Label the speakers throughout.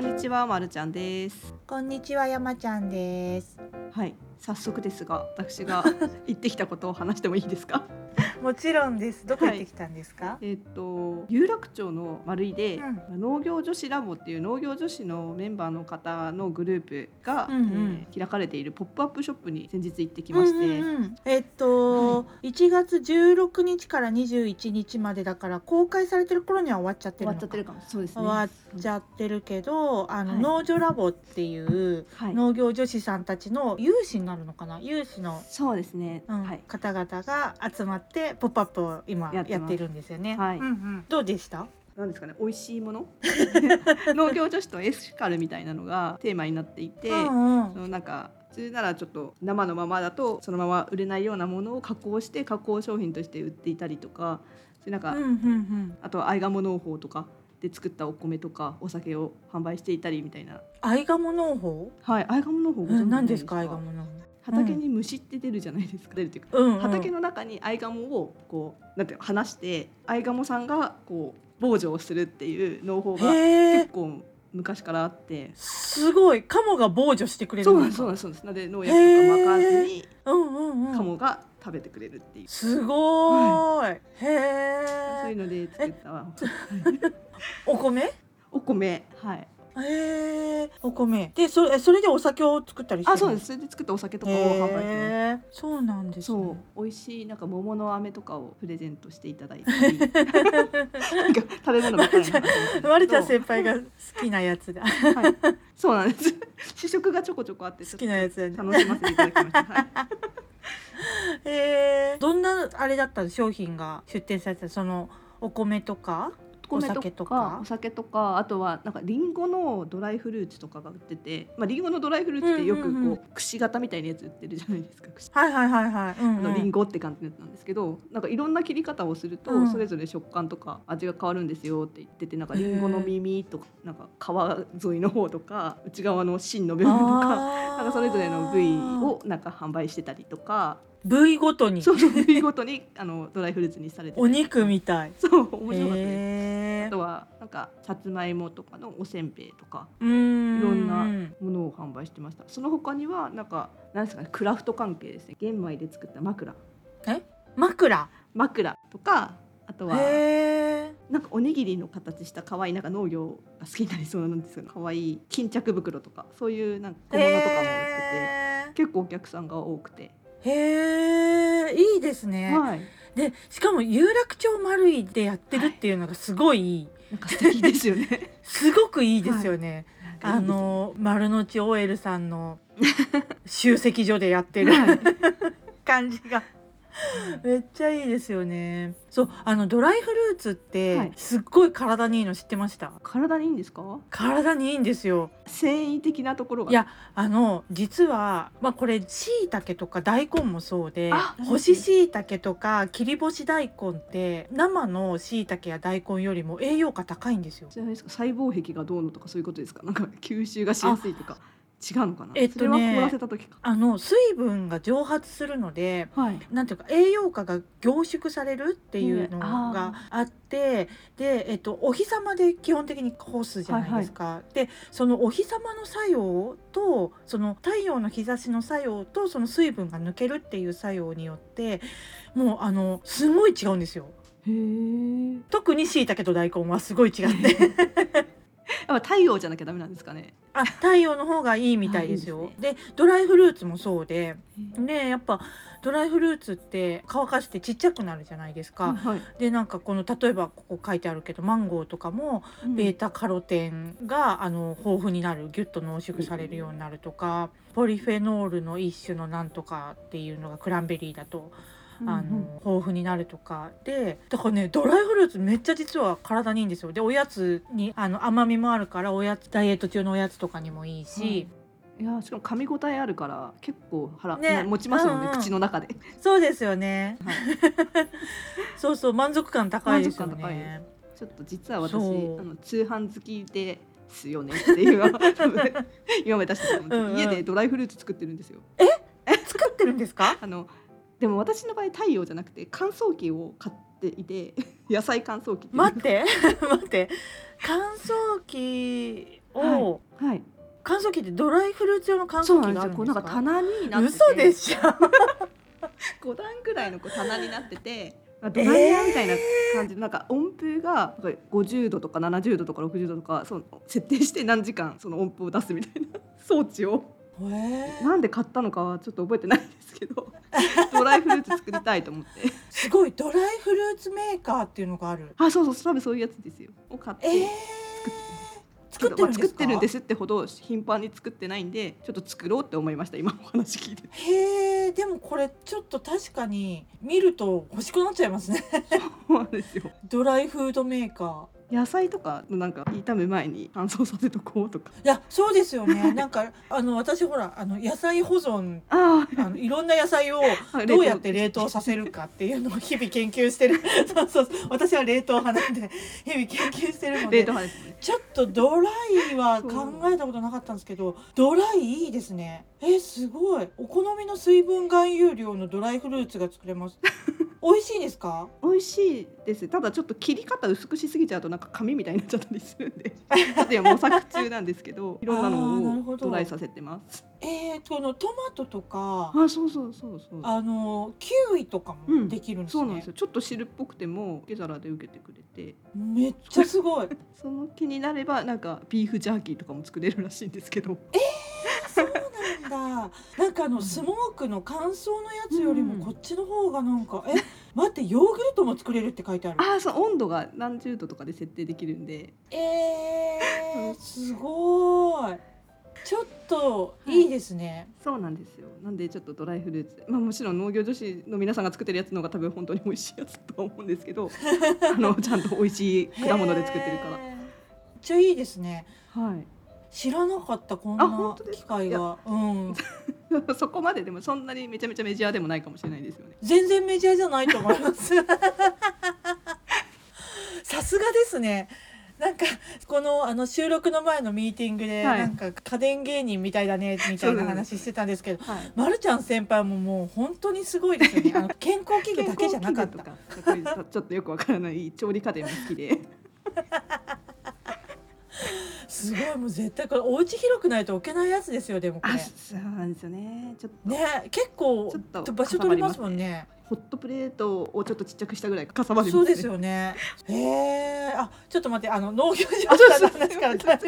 Speaker 1: んにちは、まるちゃんです。
Speaker 2: こんにちは、山ちゃんです。
Speaker 1: はい、早速ですが、私 が行ってきたことを話してもいいですか。
Speaker 2: もちろんです。ど
Speaker 1: こ行って
Speaker 2: きたんですか。
Speaker 1: えっと、有楽町の丸井で、
Speaker 2: う
Speaker 1: 農業女子ラボっていう農業女子のメンバーの方のグループが、
Speaker 2: うんうん
Speaker 1: えー開かれているポップアップショップに先日行ってき
Speaker 2: うん
Speaker 1: ま
Speaker 2: う
Speaker 1: して、
Speaker 2: んうんえっと、1月16日から21日までだから公開されてる頃には終わっちゃって
Speaker 1: 終
Speaker 2: る
Speaker 1: わっ
Speaker 2: のか
Speaker 1: ちゃってるかも。そうですね。
Speaker 2: 終わっちゃってるけど、あの、
Speaker 1: はい
Speaker 2: 農場ラボっていう
Speaker 1: はい。
Speaker 2: 農業女子さんたちの有志になるのかな有志の、
Speaker 1: そうですね。
Speaker 2: うん
Speaker 1: はい。
Speaker 2: 方々が集まってポップアップを今
Speaker 1: や
Speaker 2: や
Speaker 1: ってます
Speaker 2: っているんですよね。
Speaker 1: はい
Speaker 2: うんうんどうでした
Speaker 1: なんですかね、美味しい もの。 農業女子とエシカルみたいなのがテーマになっていて。
Speaker 2: うんうん
Speaker 1: そのなんか普通ならちょっと生のままだとそのまま売れないようなものを加工して加工商品として売っていたりとかそういうなんか、
Speaker 2: うんうん
Speaker 1: あとは合鴨農法とかで作ったお米とかお酒を販売していたりみたいな
Speaker 2: アイガモ農法
Speaker 1: はい合鴨農法ご存知
Speaker 2: 何ですか
Speaker 1: な
Speaker 2: ア
Speaker 1: い
Speaker 2: イガモ農法
Speaker 1: 畑に虫って出るじゃないですか、出るっていうか
Speaker 2: うんうん
Speaker 1: 畑の中に合鴨をこうなんていうの離して合鴨さんがこう防除をするっていう農法が
Speaker 2: へ
Speaker 1: 結
Speaker 2: え
Speaker 1: 構昔からあって。
Speaker 2: すごいカモが防除してくれる
Speaker 1: そうなん
Speaker 2: の
Speaker 1: ですそうなん
Speaker 2: か
Speaker 1: ですそうなんですなので農薬とかまかずに
Speaker 2: うんうんう
Speaker 1: カ
Speaker 2: ん
Speaker 1: モが食べてくれるっていう、
Speaker 2: すごーいへ
Speaker 1: そういう
Speaker 2: え
Speaker 1: ので作ったわ
Speaker 2: お米へ
Speaker 1: お米はい
Speaker 2: えお米でそれえそれでお酒を作ったりしてる
Speaker 1: あそうですそれで作ったお酒とかを販売してます、
Speaker 2: へえそうなんですね
Speaker 1: そう美味しいなんか桃の飴とかをプレゼントしていただいたりなんか食べ物ばっかりの話なんですけど
Speaker 2: マルちゃん先輩が好きなや つだ好
Speaker 1: はいそうなんです試食がちょこちょこあって
Speaker 2: きなやつだね
Speaker 1: 楽しませていただきました、はい、
Speaker 2: へえどんなあれだったの商品が出店されてたそのお米とかお
Speaker 1: 米
Speaker 2: 酒とか
Speaker 1: お酒とかあとはなんかリンゴのドライフルーツとかが売っててまあリンゴのドライフルーツってよくこう,、
Speaker 2: うんうんうん
Speaker 1: 串型みたいなやつ売ってるじゃないですか串
Speaker 2: はいはいはいはい、うん
Speaker 1: あ
Speaker 2: う
Speaker 1: の
Speaker 2: ん、
Speaker 1: リンゴって感じなんですけど、なんかいろんな切り方をすると、
Speaker 2: うん
Speaker 1: それぞれ食感とか味が変わるんですよって言っててなんかリンゴの耳とかなんか皮沿いの方とか内側の芯の部分とか。なんかそれぞれの部位をなんか販売してたりとか、
Speaker 2: 部位ごとに
Speaker 1: そうそう部位ごとにあのドライフルーツにされてたり
Speaker 2: お肉みたい。
Speaker 1: そう面白かったです。
Speaker 2: へ
Speaker 1: あとはなんかさつまいもとかのおせんべいとか
Speaker 2: うーん
Speaker 1: いろんなものを販売してました。その他にはなんかなんですかねクラフト関係ですね。玄米で作った枕
Speaker 2: 枕。
Speaker 1: 枕とかあとは
Speaker 2: へえ。
Speaker 1: なんかおにぎりの形した可愛いなんか農業が好きになりそうなんですよね可愛い巾着袋とかそういうなんか小物とかも売ってて、
Speaker 2: へ
Speaker 1: 結構お客さんが多くて、
Speaker 2: ーへえ。いいですね。
Speaker 1: はい
Speaker 2: で、しかも有楽町丸井でやってるっていうのがすごいいい。
Speaker 1: なんか素敵ですよね
Speaker 2: すごくいいですよね。
Speaker 1: なんかい
Speaker 2: あ
Speaker 1: いですよ
Speaker 2: の丸の内 OL さんの 集積所でやってる
Speaker 1: はい
Speaker 2: 感じが。 めっちゃいいですよね。そう、あのドライフルーツっ
Speaker 1: は
Speaker 2: て
Speaker 1: い
Speaker 2: すっごい体にいいの知ってました。
Speaker 1: 体にいいんですか
Speaker 2: 体にいいんですよ。
Speaker 1: 繊維的なところが
Speaker 2: いやあの実は、まあ、これしいたけとか大根もそうで
Speaker 1: あ
Speaker 2: 干ししいたけとか切り干し大根って生のしいたけや大根よりも栄養価高いんですよ。
Speaker 1: じゃないですか細胞壁がどうのとかそういうことですかなんか吸収がしやすいとか違うのかな、
Speaker 2: えっとね
Speaker 1: それは凍らせた時か
Speaker 2: あの水分が蒸発するので
Speaker 1: はい
Speaker 2: なんていうか栄養価が凝縮されるっていうの
Speaker 1: うん
Speaker 2: があってで、えっと、お日様で基本的に干すじゃないですか。でそのお日様の作用とその太陽の日差しの作用とその水分が抜けるっていう作用によってもうあのすごい違うんですよ。
Speaker 1: へ え
Speaker 2: 特に椎茸と大根はすごい違 って
Speaker 1: やっぱ太陽じゃなきゃダメなんですか ね
Speaker 2: あ太陽の方がいいみたいです
Speaker 1: あいい
Speaker 2: よ
Speaker 1: で。
Speaker 2: でドライフルーツもそうでねやっぱドライフルーツって乾かしてちっちゃくなるじゃないですか。
Speaker 1: はい
Speaker 2: でなんかこの例えばここ書いてあるけどマンゴーとかも
Speaker 1: うん
Speaker 2: ベータカロテンがあの豊富になるギュッと濃縮されるようになるとかポリフェノールの一種のなんとかっていうのがクランベリーだと
Speaker 1: うんうん
Speaker 2: あの豊富になるとかでだからねドライフルーツめっちゃ実は体にいいんですよ。でおやつにあの甘みもあるからおやつダイエット中のおやつとかにもいいし、
Speaker 1: いやーしかも噛み応えあるから結構腹、
Speaker 2: ね
Speaker 1: ね、持ちますよね、
Speaker 2: うんうん
Speaker 1: 口の中で。
Speaker 2: そうですよね
Speaker 1: はい、
Speaker 2: そうそう満足感高いですよ
Speaker 1: 満足感高いで
Speaker 2: ね。
Speaker 1: ちょっと実は私あ
Speaker 2: そう
Speaker 1: の通販好きですよねって いうのは多分今まで出してたと思うんですけど
Speaker 2: うんうん
Speaker 1: 家でドライフルーツ作ってるんですよ。
Speaker 2: 作ってるんですか
Speaker 1: あのでも私の場合太陽じゃなくて乾燥機を買っていて 野菜乾燥機っていうの
Speaker 2: 待って 待って乾燥機を、
Speaker 1: はい
Speaker 2: 乾燥機ってドライフルーツ用の乾
Speaker 1: そう
Speaker 2: 燥
Speaker 1: なん
Speaker 2: 機
Speaker 1: で
Speaker 2: が
Speaker 1: すよこうなん
Speaker 2: あるんです
Speaker 1: か
Speaker 2: か
Speaker 1: 棚になってて
Speaker 2: 嘘でしょ
Speaker 1: 5段ぐらいのこう棚になっててまあドライヤーみたいな感じで、なんか温風がなんか50度とか70度とか60度とかその設定して何時間その温風を出すみたいな 装置を
Speaker 2: へー
Speaker 1: なんで買ったのかはちょっと覚えてないですけ どドライフルーツ作りたいと思って
Speaker 2: すごいドライフルーツメーカーっていうのがある
Speaker 1: あそうそう多分そういうやつですよを買って、
Speaker 2: えー、
Speaker 1: け
Speaker 2: 作っ
Speaker 1: ど
Speaker 2: てる
Speaker 1: ま
Speaker 2: ん
Speaker 1: あ
Speaker 2: です
Speaker 1: 作
Speaker 2: か
Speaker 1: ってるんですってほど頻繁に作ってないんでちょっと作ろうって思いました今お話聞いて
Speaker 2: へえでもこれちょっと確かに見ると欲しくなっちゃいますね
Speaker 1: そうなんですよ
Speaker 2: ドライフードメーカー
Speaker 1: 野菜とかのなんか炒む前に乾燥させとこうとか
Speaker 2: いやそうですよねなんかあの私ほらあの野菜保存
Speaker 1: あ
Speaker 2: あのいろんな野菜を
Speaker 1: あ
Speaker 2: どうやって冷凍させるかっていうのを日々研究し てるそうそうそう私は冷凍派なんで日々研究してるの
Speaker 1: 冷
Speaker 2: で
Speaker 1: 凍派ですね
Speaker 2: ちょっとドライは考えたことなかったんですけどドライいいですねえすごいお好みの水分含有量のドライフルーツが作れ ます美味しいですか
Speaker 1: 美味しいですただちょっと切り方薄くしすぎちゃうとなんか紙みたいになっちゃったりするん でで模索中なんですけ どいろんな
Speaker 2: あーなる
Speaker 1: の
Speaker 2: ほ
Speaker 1: を
Speaker 2: ど
Speaker 1: ドライさせてます
Speaker 2: えー、このトマトとか
Speaker 1: あそうそうそうそう
Speaker 2: あのキウイとか
Speaker 1: う
Speaker 2: も
Speaker 1: ん
Speaker 2: できるんです
Speaker 1: そうなん
Speaker 2: ね
Speaker 1: です、よちょっと汁っぽくても受け皿で受けてくれて
Speaker 2: めっちゃすごい
Speaker 1: その気になればなんかビーフジャーキーとかも作れるらしいんですけど
Speaker 2: そうなんだなんかあのスモークの乾燥のやつより
Speaker 1: うん
Speaker 2: もこっちの方がなんか、え待ってヨーグルトも作れるって書いてある
Speaker 1: ああそう温度が何十度とかで設定できるんで
Speaker 2: えー、すごいちょっといいですね、
Speaker 1: そうなんですよなんでちょっとドライフルーツまあもちろん農業女子の皆さんが作ってるやつの方が多分本当に美味しいやつとは思うんです けどあのちゃんと美味しい果物で作ってるから
Speaker 2: へーめっちゃいいですね
Speaker 1: はい
Speaker 2: 知らなかったこん
Speaker 1: あ
Speaker 2: な
Speaker 1: 本当で
Speaker 2: 機
Speaker 1: すか
Speaker 2: 会がうん
Speaker 1: そこまででもそんなにめちゃめちゃメジャーでもないかもしれないですよね。
Speaker 2: 全然メジャーじゃないと思います。 さすがですね。なんかこのあの収録の前のミーティングで、
Speaker 1: はい
Speaker 2: なんか家電芸人みたいだねみたいな話してたんですけど、
Speaker 1: はい。
Speaker 2: まるちゃん先輩ももう本当にすごいですよね。あ の健康器具だけじゃなかった。
Speaker 1: かっこいいちょっとよくわからない調理家電も好きで。
Speaker 2: すごいもう絶対これお家広くないと置けないやつですよでもこ
Speaker 1: あ、
Speaker 2: れ。
Speaker 1: そうなんですよね。ちょっと、
Speaker 2: ね結構
Speaker 1: ちょっと
Speaker 2: 場所取りますもんね。
Speaker 1: ホットプレートをちょっとちっちゃくしたぐらいかさばります、
Speaker 2: そ
Speaker 1: ね。
Speaker 2: うです。よね。へえあちょっと待ってあの農業
Speaker 1: あそうそう
Speaker 2: 者の話から だい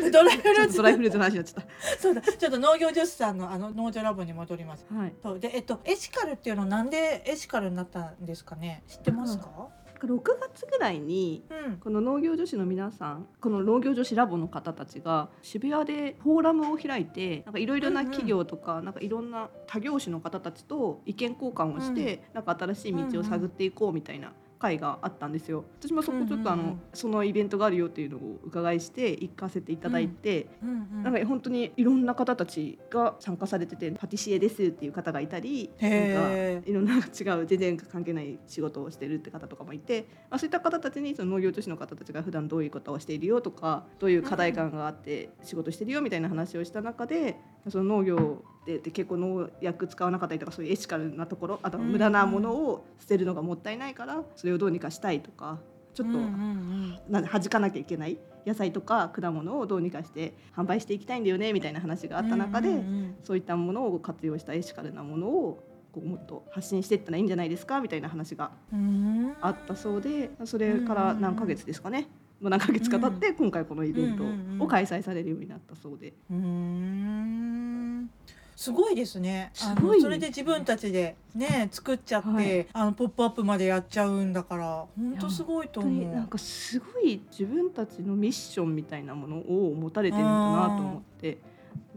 Speaker 2: ぶドライフル
Speaker 1: ちょ
Speaker 2: ー
Speaker 1: っと
Speaker 2: ツ
Speaker 1: ドライフルーツの話になっちゃっ
Speaker 2: そうだちょっと農業女子さんのあの農場ラボに戻ります。
Speaker 1: た。はい。
Speaker 2: そうでえっとエシカルっていうのはなんでエシカルになったんですかね知ってますか？
Speaker 1: 六月ぐらいに。
Speaker 2: うん。
Speaker 1: この農業女子の皆さんこの農業女子ラボの方たちが渋谷でフォーラムを開いてなんかいろいろな企業とか,、なんかいろんな他業種の方たちと意見交換をして、なんか新しい道を探っていこうみたいな会があったんですよ。私もそこちょっとあの、
Speaker 2: うんうんうん
Speaker 1: そのイベントがあるよっていうのを伺いして行かせていただいて、
Speaker 2: うんうん。
Speaker 1: なんか本当にいろんな方たちが参加されててパティシエですっていう方がいたりなん
Speaker 2: へー
Speaker 1: かいろんな違う全然関係ない仕事をしてるって方とかもいて、まあ、そういった方たちにその農業都市の方たちが普段どういうことをしているよとかどういう課題感があって仕事してるよみたいな話をした中でその農業でで結構農薬使わなかったりとかそういうエシカルなところあとは無駄なものを捨てるのがもったいないからそれをどうにかしたいとかちょっと
Speaker 2: うんうんうん
Speaker 1: なんで弾かなきゃいけない野菜とか果物をどうにかして販売していきたいんだよねみたいな話があった中で、
Speaker 2: うんうん
Speaker 1: そういったものを活用したエシカルなものをこうもっと発信していったらいいんじゃないですかみたいな話が
Speaker 2: うんうん
Speaker 1: あったそうでそれから何ヶ月ですかね、もう何ヶ月か経って今回このイベン
Speaker 2: うんうんうん
Speaker 1: トを開催されるようになったそうで、
Speaker 2: うーんすごいですね。あ
Speaker 1: すごい
Speaker 2: のそれで自分たちでね作っちゃって、
Speaker 1: はい
Speaker 2: あのポップアップまでやっちゃうんだから本当すごいと
Speaker 1: 本当にな
Speaker 2: 思
Speaker 1: ん
Speaker 2: う。
Speaker 1: かすごい自分たちのミッションみたいなものを持たれてるんだなと思って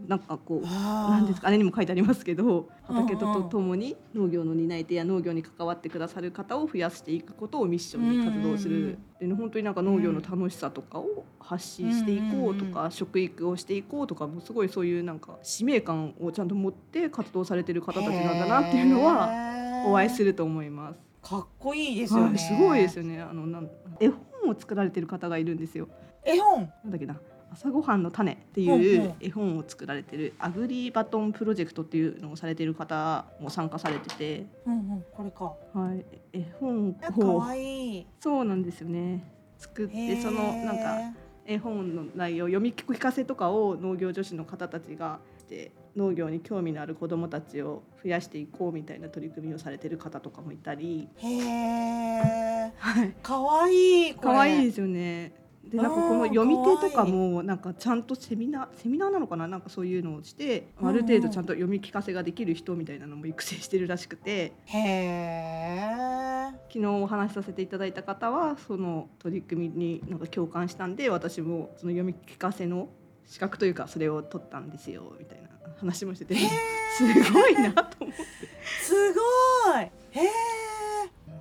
Speaker 1: なんかこう
Speaker 2: な
Speaker 1: 何ですかあれにも書いてありますけど
Speaker 2: うんうん
Speaker 1: 畑ととともに農業の担い手や農業に関わってくださる方を増やしていくことをミッションに活動す
Speaker 2: うんうんうん
Speaker 1: るでね本当になんか農業の楽しさとかを発信していこうと
Speaker 2: うんうん
Speaker 1: か食育をしていこうとかもうすごいそういうなんか使命感をちゃんと持って活動されてる方たちなんだなっていうのはお会いす
Speaker 2: る
Speaker 1: ると思います。
Speaker 2: かっこいいですよ
Speaker 1: はい
Speaker 2: ね。
Speaker 1: すごいですよねあのなん絵本を作られてる方がいるんですよ。
Speaker 2: 絵本
Speaker 1: なんだっけな朝ごはんの種っていう絵本を作られてるアグリバトンプロジェクトっていうのをされてる方も参加されてて、
Speaker 2: うんうん、これか。
Speaker 1: はい、絵本
Speaker 2: あ可
Speaker 1: を
Speaker 2: 愛い。
Speaker 1: そうなんですよね作っ
Speaker 2: へ
Speaker 1: て
Speaker 2: ー
Speaker 1: そのなんか絵本の内容読み聞かせとかを農業女子の方たちがして農業に興味のある子どもたちを増やしていこうみたいな取り組みをされてる方とかもいたり、
Speaker 2: へえ。
Speaker 1: はい、
Speaker 2: 可愛い。。
Speaker 1: 可愛いですすよね。でなんか
Speaker 2: うん
Speaker 1: この読み手とかもなんかちゃんとセミナーセミナーなのかななんかそういうのをして
Speaker 2: うんうん
Speaker 1: ある程度ちゃんと読み聞かせができる人みたいなのも育成してるらしくて
Speaker 2: へえ。
Speaker 1: 昨日お話しさせていただいた方はその取り組みになんか共感したんで私もその読み聞かせの資格というかそれを取ったんですよみたいな話もしてて
Speaker 2: へえ。
Speaker 1: すごいなと思って
Speaker 2: すごい。へえ。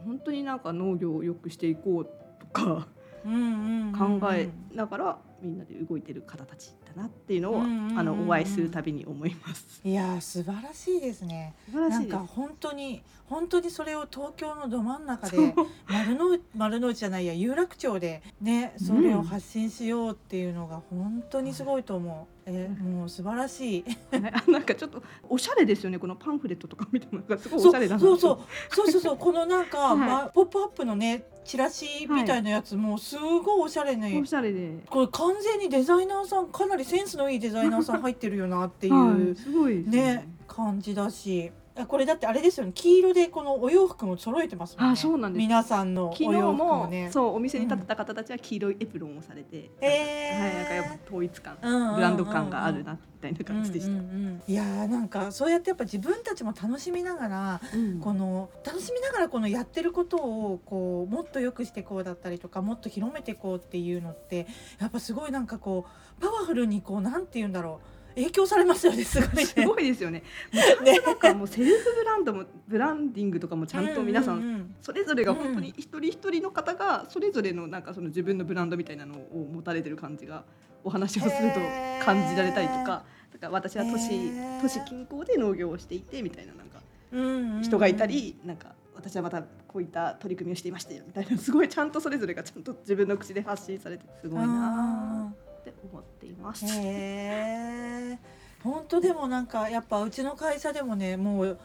Speaker 1: 本当になんか農業を良くしていこうとか
Speaker 2: うんうんうんう
Speaker 1: 考
Speaker 2: ん
Speaker 1: えながらみんなで動いてる方たちだなっていうのを、
Speaker 2: うんうんうんうん
Speaker 1: あのお会いするたびに思います。
Speaker 2: いやー素晴らしいですね。
Speaker 1: 素晴ら
Speaker 2: な
Speaker 1: し
Speaker 2: ん
Speaker 1: いで
Speaker 2: か
Speaker 1: す。
Speaker 2: 本当に本当にそれを東京のど真ん中
Speaker 1: そう
Speaker 2: で丸の内丸の内じゃないや有楽町でねそれを発信しようっていうのが本当にすごいと思う。えもう素晴らしい。
Speaker 1: ね あなんかちょっとおしゃれですよね。このパンフレットとか見てもなんかすごいおしゃれだなと
Speaker 2: そうそうそうそうそうそうこのなん か、
Speaker 1: はい
Speaker 2: まポップアップのねチラシみたいなやつもすごいおしゃれね、
Speaker 1: おしゃれで。
Speaker 2: これ完全にデザイナーさんかなりセンスのいいデザイナー さん入ってるよなってい
Speaker 1: は
Speaker 2: う
Speaker 1: い、すごいです
Speaker 2: ね感じだしあこれだってあれですよね黄色でこのお洋服も揃えてますもんね
Speaker 1: あそうなんです
Speaker 2: 皆さんのお
Speaker 1: 昨日
Speaker 2: 洋服も
Speaker 1: も
Speaker 2: ね
Speaker 1: そうお店に立ってた方たちは黄色いエプロンをされて、
Speaker 2: へ
Speaker 1: はい、なんかやっ
Speaker 2: え
Speaker 1: ぱ統一感、
Speaker 2: うんうんうんうん
Speaker 1: ブランド感があるなみたいな感じでした。
Speaker 2: うんうんうんいやーなんかそうやってやっぱ自分たちも楽しみながら
Speaker 1: うん
Speaker 2: この楽しみながらこのやってることをこうもっと良くしてこうだったりとかもっと広めてこうっていうのってやっぱすごいなんかこうパワフルにこうなんて言うんだろう影響されますよねすごい ね。
Speaker 1: すごいですよね。
Speaker 2: ね
Speaker 1: なんかもうセルフブランドもブランディングとかもちゃんと皆さ
Speaker 2: うんううん
Speaker 1: それぞれが本当に一人一人の方がそれぞれのなんかその自分のブランドみたいなのを持たれてる感じがお話をすると
Speaker 2: へー
Speaker 1: 感じられたりとかだから私は都市
Speaker 2: へー
Speaker 1: 都市近郊で農業をしていてみたいななんか
Speaker 2: うんうんうん
Speaker 1: 人がいたりなんか私はまたこういった取り組みをしていましたよみたいなすごいちゃんとそれぞれがちゃんと自分の口で発信されてすごいなーって思っています。
Speaker 2: へえ。本当でもなんかやっぱうちの会社でもねもう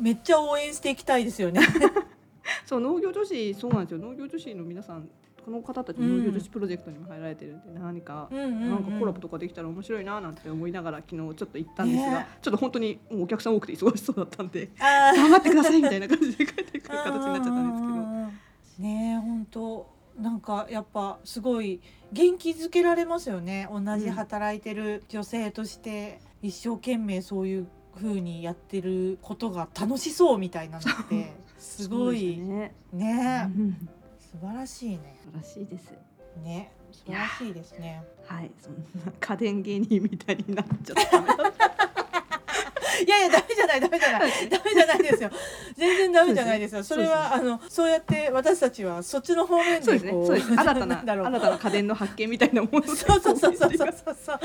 Speaker 2: めっちゃ応援していきたいですよ ね。
Speaker 1: そう農業女子そうなんですよ農業女子の皆さんこの方たち農業女子プロジェクトにも入られてるんで何か
Speaker 2: うんうんうん
Speaker 1: なんかコラボとかできたら面白いななんて思いながら昨日ちょっと行ったんですが、
Speaker 2: ね
Speaker 1: ちょっと本当にもうお客さん多くて忙しそうだったん で
Speaker 2: あー
Speaker 1: 頑張ってくださいみたいな感じで帰ってくる形になっちゃったんですけど。
Speaker 2: ですけど。ねえ本当なんかやっぱすごい元気づけられますよね同じ働いてる女性として一生懸命そういう風にやってることが楽しそうみたいな のってすご
Speaker 1: そうで
Speaker 2: い
Speaker 1: した
Speaker 2: ね
Speaker 1: ね。うん
Speaker 2: 素晴らしいね
Speaker 1: 素晴らしいです。
Speaker 2: ね素晴らしいですね
Speaker 1: はい、そんな家電芸人みたいになっちゃったな。
Speaker 2: いやいやダメじゃないダメ じゃないダメじゃないですよ全然ダメじゃないですよ
Speaker 1: そ
Speaker 2: そ
Speaker 1: うで
Speaker 2: れ
Speaker 1: すね
Speaker 2: はあのそうやって私たちはそっちの方面
Speaker 1: そうで
Speaker 2: で
Speaker 1: すね。
Speaker 2: こ
Speaker 1: そうです。新たな
Speaker 2: なんだろう
Speaker 1: 新たな家電の発見みたいなもので
Speaker 2: そうそうそうそうそうそうそう。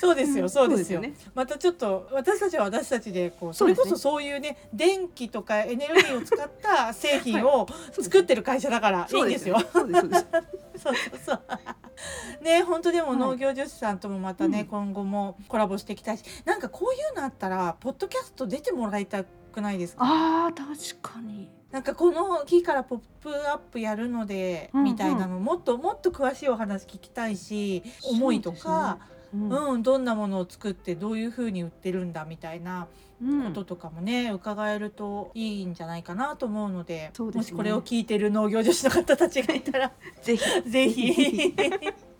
Speaker 2: そうですよ、そうですよ。
Speaker 1: そうで
Speaker 2: またちょっと私たちは私たちでこうそ
Speaker 1: そう
Speaker 2: れ
Speaker 1: です
Speaker 2: こ
Speaker 1: ね
Speaker 2: そそういうね電気とかエネルギーを 使った製品を作ってる会社だからいいんですよ。
Speaker 1: そうですそうです。
Speaker 2: そうそうそう。ね本当でも
Speaker 1: はい
Speaker 2: 農業女子さんともまたね、
Speaker 1: うん
Speaker 2: 今後もコラボしていきたいし、なんかこういうのあったらポッドキャスト出てもらいたくないですか。
Speaker 1: ああ確かに。
Speaker 2: なんかこの日からポップアップやるので、
Speaker 1: うんうん
Speaker 2: みたいなのもっともっと詳しいお話聞きたいし思いとか
Speaker 1: う
Speaker 2: う、
Speaker 1: ん、
Speaker 2: ん、どんなものを作ってどういうふうに売ってるんだみたいな
Speaker 1: うん
Speaker 2: こととかもね、伺えるといいんじゃないかなと思うので
Speaker 1: そうですね
Speaker 2: もしこれを聞いてる農業女子の方たちがい たら
Speaker 1: ぜひ
Speaker 2: ぜひ。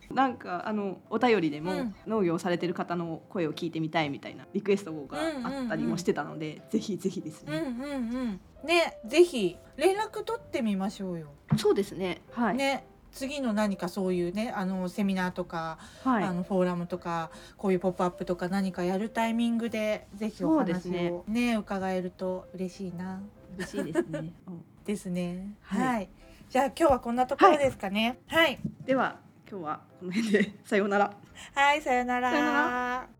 Speaker 1: なんかあのお便りでも、
Speaker 2: うん
Speaker 1: 農業をされてる方の声を聞いてみたいみたいなリクエストがあったりもしてたので、ぜひぜひです
Speaker 2: うん
Speaker 1: ね、
Speaker 2: うんうん、ねぜひ連絡取ってみましょうよ。
Speaker 1: そうですねはい、
Speaker 2: ね次の何かそういうねあのセミナーとか
Speaker 1: はい
Speaker 2: あのフォーラムとかこういう「ポップアップとか何かやるタイミングでぜひお
Speaker 1: そうです
Speaker 2: 話
Speaker 1: ね
Speaker 2: をね伺えると嬉しいな
Speaker 1: 嬉しいですね うん
Speaker 2: ですね。は、
Speaker 1: はいい
Speaker 2: じゃあ今日はこんなところですかね。はい、
Speaker 1: では今日はこの辺でさようなら
Speaker 2: はい、さよなら。
Speaker 1: さよなら